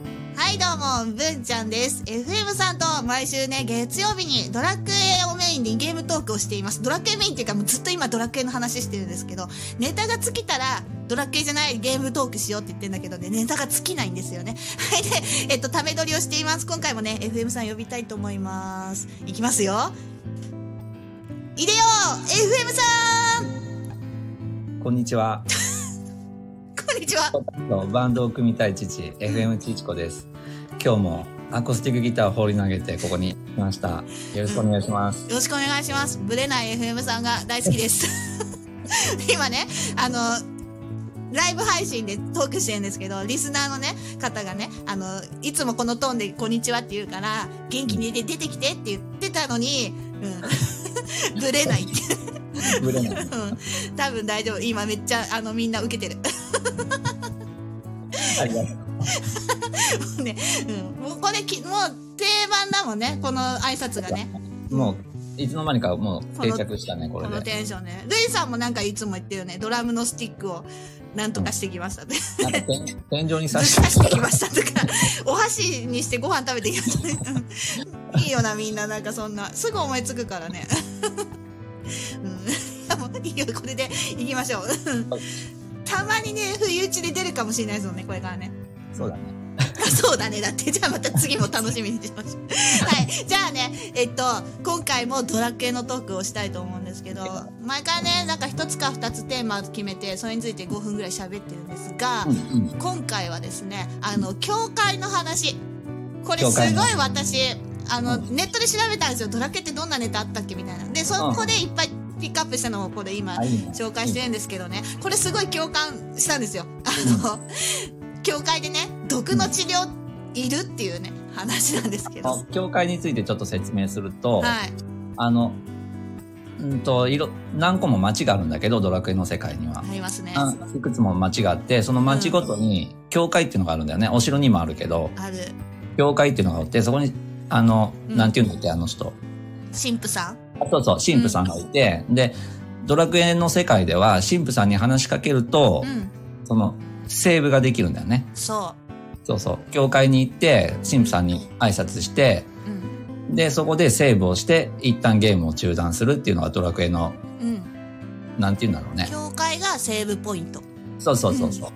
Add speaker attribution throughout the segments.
Speaker 1: どうも、ぶんちゃんです。FM さんと毎週ね、月曜日にドラクエをメインにゲームトークをしています。ドラクエメインっていうか、もうずっと今ドラクエの話してるんですけど、ネタが尽きたら、ドラクエじゃないゲームトークしようって言ってんだけどね、ネタが尽きないんですよね。はい、で、えっと、ため撮りをしています。今回もね、FM さん呼びたいと思います。いきますよ。いでよ !FM さん
Speaker 2: こんにちは。
Speaker 1: こんにちは
Speaker 2: バンドを組みたい父、FM ちいちこです。今日もアコースティックギターを放り投げてここに来ました。よろしくお願いします。
Speaker 1: よろしくお願いします。ブレない FM さんが大好き です。今ね、あの、ライブ配信でトークしてるんですけど、リスナーのね、方がね、あの、いつもこのトーンでこんにちはって言うから、元気に出て出てきてって言ってたのに、うん。 ブレないって。
Speaker 2: ぶれな
Speaker 1: う
Speaker 2: い。
Speaker 1: ん。多分大丈夫。今めっちゃ、あの、みんな受けてる。
Speaker 2: ありがとう。
Speaker 1: もうね、うん。もうこれき、もう定番だもんね、この挨拶がね。
Speaker 2: もう、いつの間にかもう定着したね、こ
Speaker 1: この
Speaker 2: れで。
Speaker 1: テンションね。ルイさんもなんかいつも言ってるね。ドラムのスティックをなんとかしてきましたね。
Speaker 2: なんか天天井に
Speaker 1: ぶっ
Speaker 2: 刺
Speaker 1: 刺
Speaker 2: して
Speaker 1: して きましたとか、お箸にしてご飯食べてきましたね。うんいいよな、みんな。なんかそんな。すぐ思いつくからね。うんいやもういいよ、これで行きましょう。うんたまにね、不意打ちで出るかもしれないですもんね、これからね。
Speaker 2: そうだね。
Speaker 1: そうだね。だって、じゃあまた次も楽しみにしましょう。はい。じゃあね、えっと、今回もドラクエのトークをしたいと思うんですけど、毎回ね、なんか一つか二つテーマを決めて、それについて5分ぐらい喋ってるんですが、
Speaker 2: うんうん。
Speaker 1: 今回はですね、あの、教会の話。これす
Speaker 2: 教会の
Speaker 1: ごい私、あの、
Speaker 2: うん
Speaker 1: ネットで調べたんですよ。ドラクエってどんなネタあったっけみたいな。で、そこでいっぱいピックアップしたのをこれ今
Speaker 2: あ、いいね。
Speaker 1: 紹介してるんですけどね、これすごい共感したんですよ。あの、教会でね、毒の治療いるっていうね、話なんですけど。
Speaker 2: あ
Speaker 1: は
Speaker 2: 教会についてちょっと説明すると、
Speaker 1: い。
Speaker 2: あの、うんと、いろ、何個も町があるんだけど、ドラクエの世界には。
Speaker 1: ありますね。
Speaker 2: あいくつも町があって、その町ごとに、教会っていうのがあるんだよね。お城にもあるけど、
Speaker 1: ある。
Speaker 2: 教会っていうのがあって、そこに、あの、
Speaker 1: うん
Speaker 2: なんていうんだっけ、あの人。
Speaker 1: 神父さん
Speaker 2: あそうそう、神父さんがいて、で、ドラクエの世界では、神父さんに話しかけると
Speaker 1: う、ん。
Speaker 2: その、セーブができるんだよね。
Speaker 1: そ
Speaker 2: そうそう。教会に行って、神父さんに挨拶して、
Speaker 1: う。うん。
Speaker 2: で、そこでセーブをして、一旦ゲームを中断するっていうのがドラクエの、
Speaker 1: うん。
Speaker 2: なんていうんだろうね。
Speaker 1: 教会がセーブポイント
Speaker 2: そうそうそうそう。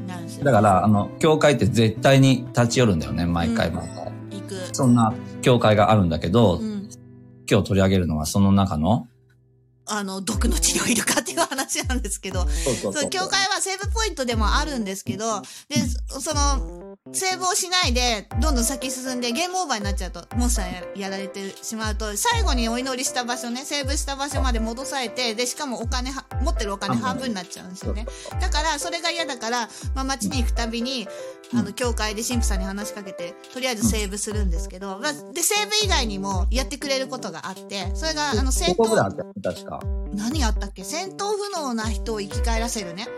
Speaker 1: になるんですよ。
Speaker 2: だから、あの、教会って絶対に立ち寄るんだよね、毎回毎回。
Speaker 1: 行く。
Speaker 2: そんな教会があるんだけど、
Speaker 1: うん。
Speaker 2: 今日取り上げるのはその中の。
Speaker 1: あの、毒の治療いるかっていう話なんですけど、
Speaker 2: そうそ
Speaker 1: そう、教会はセーブポイントでもあるんですけど、で、そその、セーブをしないで、どんどん先進んで、ゲームオーバーになっちゃうと、モンスターややられてしまうと、最後にお祈りした場所ね、セーブした場所まで戻されて、で、しかもお金は、持ってるお金半分になっちゃうんですよね。だから、それが嫌だから、まあ、街に行くたびに、あ
Speaker 2: う
Speaker 1: の、教会で神父さんに話しかけて、とりあえずセーブするんですけど、まあ、で、セーブ以外にもやってくれることがあって、それが、あの、戦
Speaker 2: ここ
Speaker 1: 闘
Speaker 2: ぐらいあったよね確か。
Speaker 1: 何やったっけ戦闘不能な人を生き返らせるね。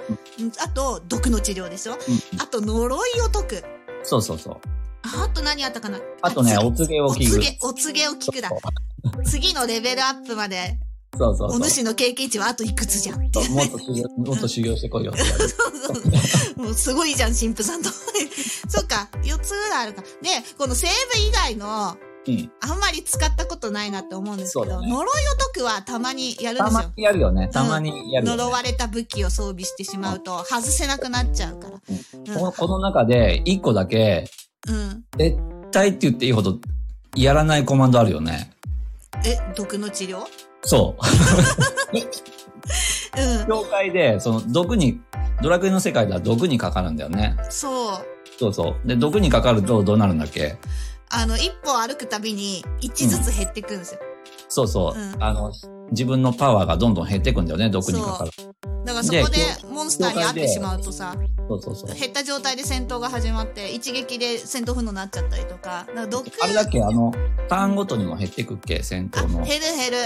Speaker 1: うんあと、毒の治療でしょ
Speaker 2: うん
Speaker 1: あと、呪いを解く。
Speaker 2: そうそうそう。
Speaker 1: ああと何やったかな
Speaker 2: あとね、
Speaker 1: あ
Speaker 2: お告げを
Speaker 1: お
Speaker 2: 聞
Speaker 1: 告
Speaker 2: く。
Speaker 1: げ、お告げを聞くだ。次のレベルアップまで、
Speaker 2: そうそう
Speaker 1: お
Speaker 2: そう。
Speaker 1: 主の経験値はあといくつ じゃん。
Speaker 2: そうもっと修 行、もっと修行してこいよって言われる。
Speaker 1: そうそうもうすごいじゃん、神父さんと。 そっか、4つぐらいあるか。で、このセーブ以外の、
Speaker 2: うん。
Speaker 1: あんまり使ったことないなって思うんですけ
Speaker 2: そう
Speaker 1: ど、
Speaker 2: だね
Speaker 1: 呪いを解くはたまにやるんで
Speaker 2: た
Speaker 1: す
Speaker 2: ま
Speaker 1: よ。
Speaker 2: にやるよね。たまにやるよね
Speaker 1: 呪われた武器を装備してしまうと、外せなくなっちゃうから。
Speaker 2: このこの中で、一個だけ、
Speaker 1: うん。
Speaker 2: 絶対って言っていいほど、やらないコマンドあるよね。
Speaker 1: え、毒の治療
Speaker 2: そう。
Speaker 1: うん。
Speaker 2: 教会で、その、毒に、ドラクエの世界では毒にかかるんだよね。
Speaker 1: そう。
Speaker 2: そうそう。で、毒にかかるとどうなるんだっけ
Speaker 1: あの、一歩歩くたびに、一ずつ減っていくんですよ。
Speaker 2: そうそう。
Speaker 1: うん
Speaker 2: あの、自分のパワーがどんどん減っていくんだよね、毒にかかる。
Speaker 1: だからそこで
Speaker 2: で、
Speaker 1: モンスターに会ってしまうとさ、
Speaker 2: そうそうそう。
Speaker 1: 減った状態で戦闘が始まって、一撃で戦闘不能になっちゃったりとか、だから毒、
Speaker 2: あれだっけあの、ターンごとにも減ってくっけ戦
Speaker 1: あ
Speaker 2: 闘の。
Speaker 1: 減る減る。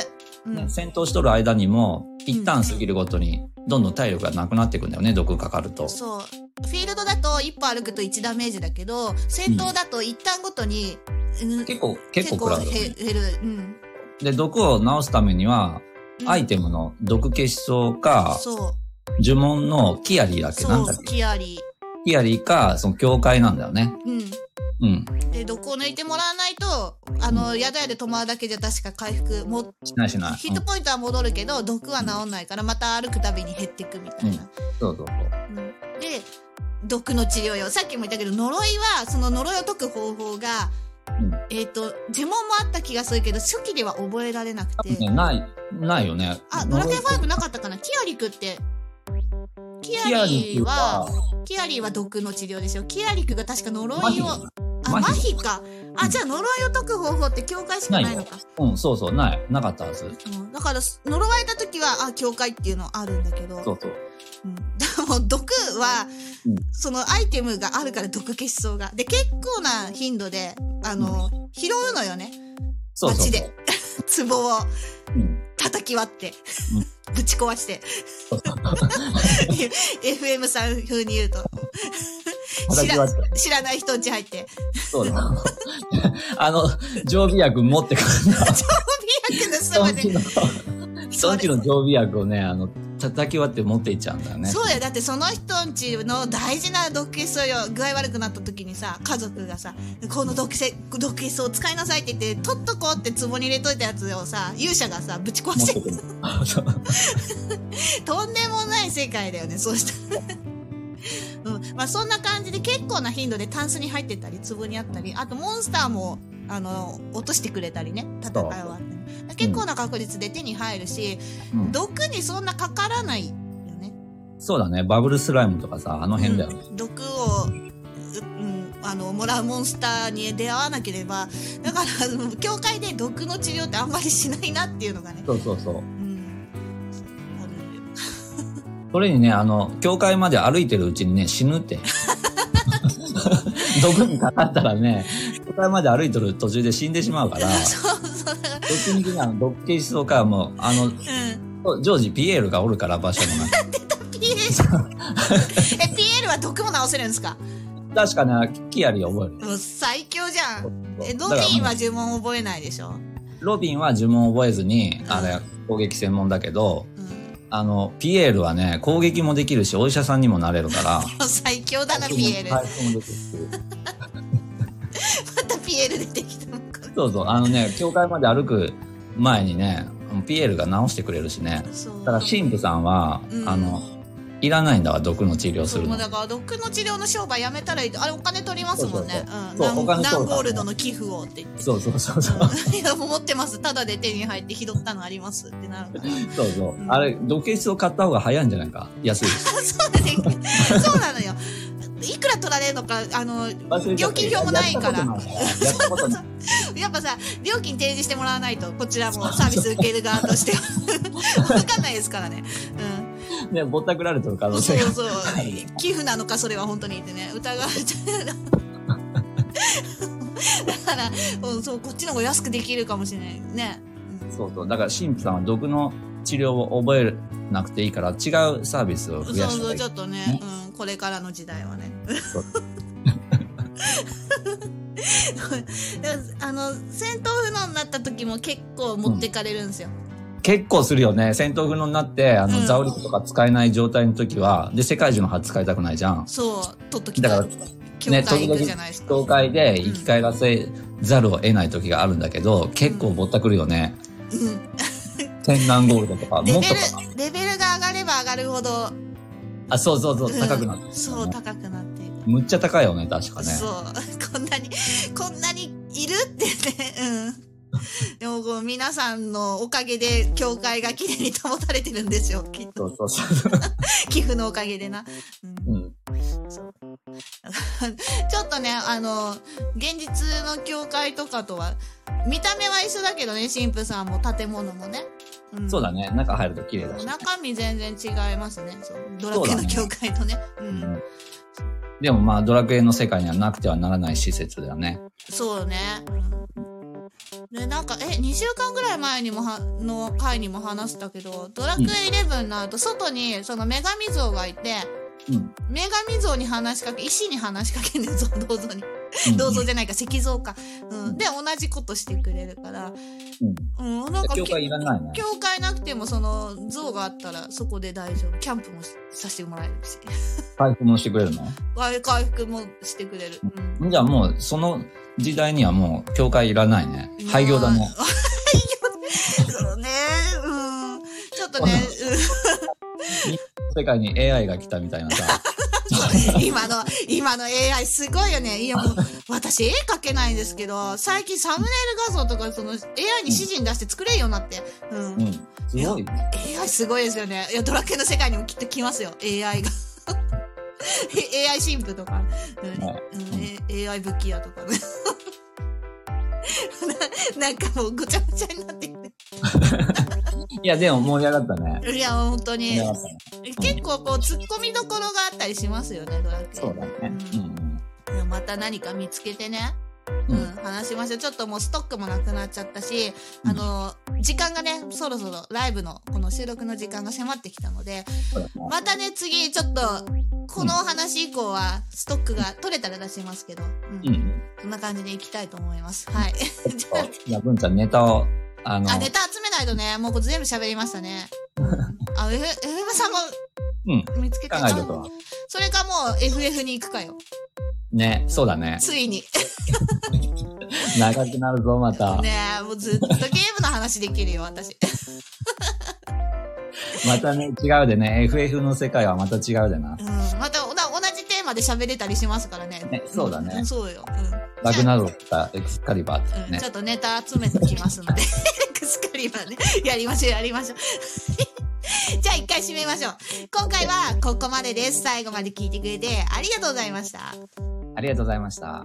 Speaker 1: うん。
Speaker 2: ね戦闘しとる間にも、一旦過ぎるごとに、どんどん体力がなくなっていくんだよね、毒かかると。
Speaker 1: そう。フィールドだと一歩歩くと1ダメージだけど、戦闘だと一旦ごとに、うん、
Speaker 2: 結構、結構食らうよ
Speaker 1: 減
Speaker 2: ね。
Speaker 1: 減る。うん。
Speaker 2: で、毒を治すためには、アイテムの毒結晶か、
Speaker 1: そう。
Speaker 2: 呪文のキアリーだっけなん
Speaker 1: そ
Speaker 2: だっ
Speaker 1: う、
Speaker 2: け
Speaker 1: キアリ
Speaker 2: キアリーか、その境界なんだよね。
Speaker 1: ー。うん。
Speaker 2: うん。
Speaker 1: で毒を抜いてもらわないとあのやだやで止まるだけじゃ確か回復も
Speaker 2: しないしない。
Speaker 1: ヒットポイントは戻るけど毒は治んないからまた歩くたびに減っていくみたいな。
Speaker 2: うん、そうそうそう。
Speaker 1: うんで毒の治療よさっきも言ったけど呪いはその呪いを解く方法が、
Speaker 2: うん
Speaker 1: えっ、と呪文もあった気がするけど初期では覚えられなく
Speaker 2: 多分
Speaker 1: て
Speaker 2: ね、ない、ないよね。
Speaker 1: あドラケン5なかったかなキアリクってキ
Speaker 2: キ
Speaker 1: ア
Speaker 2: ア
Speaker 1: リ
Speaker 2: リ
Speaker 1: ー
Speaker 2: ク
Speaker 1: は
Speaker 2: は、
Speaker 1: キアリーは毒の治療でしょキアリクが確か呪いを
Speaker 2: 麻
Speaker 1: あ麻
Speaker 2: 麻
Speaker 1: 痺かあ
Speaker 2: うん
Speaker 1: じゃあ呪いを解く方法って教会しかないのか
Speaker 2: うん、そうそう、ない、なかったはず。
Speaker 1: うん、だから呪われた時はあ教会っていうのあるんだけど
Speaker 2: そうそう。
Speaker 1: うんでも毒は、
Speaker 2: うん
Speaker 1: そのアイテムがあるから毒消しそうが。で、結構な頻度で、あの、拾うのよね。
Speaker 2: そうそう
Speaker 1: 街で。壺を
Speaker 2: うん。
Speaker 1: 叩き割って、 ぶち壊して。
Speaker 2: そうそう
Speaker 1: FM さん風に言う と。
Speaker 2: 叩き割って
Speaker 1: 知らない人ん家入って。
Speaker 2: そうだ。あの、常備薬持ってくるんだ。
Speaker 1: お土
Speaker 2: 人
Speaker 1: 産盗ま
Speaker 2: ん
Speaker 1: で。
Speaker 2: ちの、人んちの常備薬をね、あの、叩き割って持っていっちゃうんだよね。
Speaker 1: そうやだってその人んちの大事な毒消しをよ具合悪くなった時にさ家族がさ「この毒消し毒消しを使いなさい」って言って「取っとこう」って壺に入れといたやつをさ勇者がさぶち壊
Speaker 2: 持
Speaker 1: し
Speaker 2: っててくる。そう
Speaker 1: とんでもない世界だよねそうしたら、 うんまあ、そんな感じで結構な頻度でタンスに入ってたり壺にあったりあとモンスターもあの落としてくれたりね戦いはあったり結構な確率で手に入るし、
Speaker 2: うん
Speaker 1: 毒にそんなかからないよね
Speaker 2: そうだね。バブルスライムとかさ、あの辺だよね。
Speaker 1: うん毒を、ううん、あのもらうモンスターに出会わなければだからあの教会で毒の治療ってあんまりしないなっていうのがね、
Speaker 2: そうそうそう。
Speaker 1: うん、あるんだよ
Speaker 2: それにね、あの、教会まで歩いてるうちにね、死ぬって。毒にかかったらね、教会まで歩いてる途中で死んでしまうから、
Speaker 1: そうそうだか
Speaker 2: どっちに行くなら毒消しそうか、もう、あの、
Speaker 1: らうん
Speaker 2: ジョージ・ピエールがおるから、場所の中。
Speaker 1: ピエールえ、ピエールは毒も治せるんですか
Speaker 2: 確かね、キアリ覚えるよ。
Speaker 1: もう最強じゃん。え、ロ
Speaker 2: だから
Speaker 1: ビンは呪文覚えないでしょ
Speaker 2: ロビンは呪文を覚えずに、あれ、攻撃専門だけど、
Speaker 1: うん。
Speaker 2: あの、ピエールはね、攻撃もできるし、お医者さんにもなれる から、
Speaker 1: もう最強だな、ピエール。ま
Speaker 2: 回復もできるっていう
Speaker 1: たピエール出てきたのか。
Speaker 2: そうそう、あのね、教会まで歩く前にね、ピエールが直してくれるしね。
Speaker 1: そう。
Speaker 2: ただ神父さんは、
Speaker 1: うん
Speaker 2: あの、いらないんだわ、毒の治療す
Speaker 1: そう
Speaker 2: る
Speaker 1: もう。
Speaker 2: の
Speaker 1: だから毒の治療の商売やめたらいいとあれお金取りますもんね
Speaker 2: そう
Speaker 1: うん
Speaker 2: そそう
Speaker 1: 何
Speaker 2: お金取るから
Speaker 1: 何
Speaker 2: ね
Speaker 1: ゴールドの寄付をって言って
Speaker 2: そうそうそうそう。
Speaker 1: うんいや持ってますただで手に入って拾ったのありますってなるから
Speaker 2: そうそう。あれ、毒消しを買った方が早いんじゃないか安いし。
Speaker 1: そうだねそうなのよいくら取られるのかあの
Speaker 2: 忘れちゃ
Speaker 1: 料
Speaker 2: った
Speaker 1: 金表もないから
Speaker 2: やったこ とない。
Speaker 1: やっぱさ料金提示してもらわないとこちらもサービス受ける側としては分かんないですからね、
Speaker 2: ね、ぼったくられてる可
Speaker 1: う
Speaker 2: 能
Speaker 1: ん、そ
Speaker 2: 性
Speaker 1: う
Speaker 2: が。
Speaker 1: そう
Speaker 2: はい
Speaker 1: 寄付なのかそれは本当にってね疑われちゃう だから、うん、そうこっちの方が安くできるかもしれないね、
Speaker 2: そうそう。だから神父さんは毒の治療を覚えなくていいから、違うサービスを
Speaker 1: うん、
Speaker 2: 増
Speaker 1: そ
Speaker 2: や
Speaker 1: う
Speaker 2: した方
Speaker 1: そ
Speaker 2: が
Speaker 1: う
Speaker 2: いい
Speaker 1: ちょっとね、うん、これからの時代はね
Speaker 2: そう
Speaker 1: あの戦闘不能になった時も結構持ってかれるんですよ、
Speaker 2: 結構するよね。戦闘不能になって、あ
Speaker 1: うん
Speaker 2: の、ザオリクとか使えない状態の時は、で、世界中の歯使いたくないじゃん。
Speaker 1: そう取っとき
Speaker 2: だ
Speaker 1: た
Speaker 2: か
Speaker 1: い
Speaker 2: ら、
Speaker 1: 教会行くじゃないですか、
Speaker 2: 教会で生き返らせざるを得ない時があるんだけど、結構ぼったくるよね。
Speaker 1: うん
Speaker 2: 天眼ゴールドとか、
Speaker 1: レ
Speaker 2: もっ
Speaker 1: ベ
Speaker 2: とか。
Speaker 1: ル、レベルが上がれば上がるほど、
Speaker 2: あ、そうそうそう、高くなる
Speaker 1: う。んそう、高くなっていく。
Speaker 2: むっちゃ高いよね、確かね。
Speaker 1: そう、こんなに、こんなにいるってね、うん。でもこう、皆さんのおかげで、教会がきれいに保たれてるんですよ、きっ
Speaker 2: そ
Speaker 1: と。
Speaker 2: うそうそう。
Speaker 1: 寄付のおかげでな。うん
Speaker 2: うん。
Speaker 1: そうちょっとね、あの、現実の教会とかとは、見た目は一緒だけどね、神父さんも建物もね。うん
Speaker 2: そうだね。中入ると綺麗だし。
Speaker 1: 中身全然違いますね。そうドラクエの教会とね。う。
Speaker 2: うんん。でもまあ、ドラクエの世界にはなくてはならない施設だよね。
Speaker 1: そうね。うんで、なんか、え、2週間ぐらい前にもは、の回にも話したけど、ドラクエ11になると、外に、その女神像がいて、
Speaker 2: うん。
Speaker 1: 女神像に話しかけ、石に話しかけんねんぞ、どうぞに。
Speaker 2: うん
Speaker 1: 銅像じゃないか石像か、うん、で同じことしてくれるから、
Speaker 2: うん
Speaker 1: うん、なんか
Speaker 2: 教会いらないね。
Speaker 1: 教会なくてもその像があったらそこで大丈夫キャンプもさせてもらえるし
Speaker 2: 回復もしてくれるの
Speaker 1: 回復もしてくれる、うん、
Speaker 2: じゃあもう、その時代にはもう、教会いらないね。廃業だね。
Speaker 1: そうねうんちょっとね、
Speaker 2: 世界に AI が来たみたいなさ。
Speaker 1: うん、 今の今の AI すごいよねいやもう私絵描けないんですけど最近サムネイル画像とかその AI に指示に出して作れるようになって、うん
Speaker 2: うん。すごいね。
Speaker 1: AI すごいですよね。いや、ドラクエの世界にもきっと来ますよ、AI が。AI 神父とか、うん
Speaker 2: はい
Speaker 1: うん A- AI 武器屋とかね。 ななんかもうごちゃごちゃになってき
Speaker 2: いや、でも盛り上がったね。
Speaker 1: て。いや、本当
Speaker 2: 盛り
Speaker 1: に
Speaker 2: 上。がったね。
Speaker 1: 結構こう、突っ込みどころがあったりしますよね、ドラクエ。
Speaker 2: そうだね。
Speaker 1: うん。でもまた何か見つけてね、
Speaker 2: う
Speaker 1: うんん、
Speaker 2: うん。
Speaker 1: 話しましょう。ちょっともうストックもなくなっちゃったし、
Speaker 2: うん
Speaker 1: あの、時間がね、そろそろライブの、この収録の時間が迫ってきたので、
Speaker 2: そうだね
Speaker 1: またね、次、ちょっと、このお話以降は、ストックが取れたら出しますけど、うん。
Speaker 2: うん。
Speaker 1: こんな感じでいきたいと思います。はい。じゃ
Speaker 2: いや、文ちゃんネタを、あの
Speaker 1: あ、、あ、ネタ集めないとね、もうこれ全部喋りました ね。あ、F、FF さんも見つけて
Speaker 2: 考えたとは。
Speaker 1: それかもう FF に行くかよ。
Speaker 2: ね、そうだね。
Speaker 1: ついに。
Speaker 2: 長くなるぞ、また。
Speaker 1: ねえもうずっとゲームの話できるよ、私。
Speaker 2: またね、違うでね。FF の世界はまた違うでな
Speaker 1: う。ん。また、おな同じテーマで喋れたりしますからね。
Speaker 2: ねそうだね
Speaker 1: んそうよ。うん。
Speaker 2: ラグナロクかエクスカリバーって
Speaker 1: うん
Speaker 2: ね
Speaker 1: ちょ。っとネタ集めてきますので、 エクスカリバーね、やりましょう、やりましょう。 じゃあ一回締めましょう。今回はここまでです。最後まで聞いてくれてありがとうございました。
Speaker 2: ありがとうございました。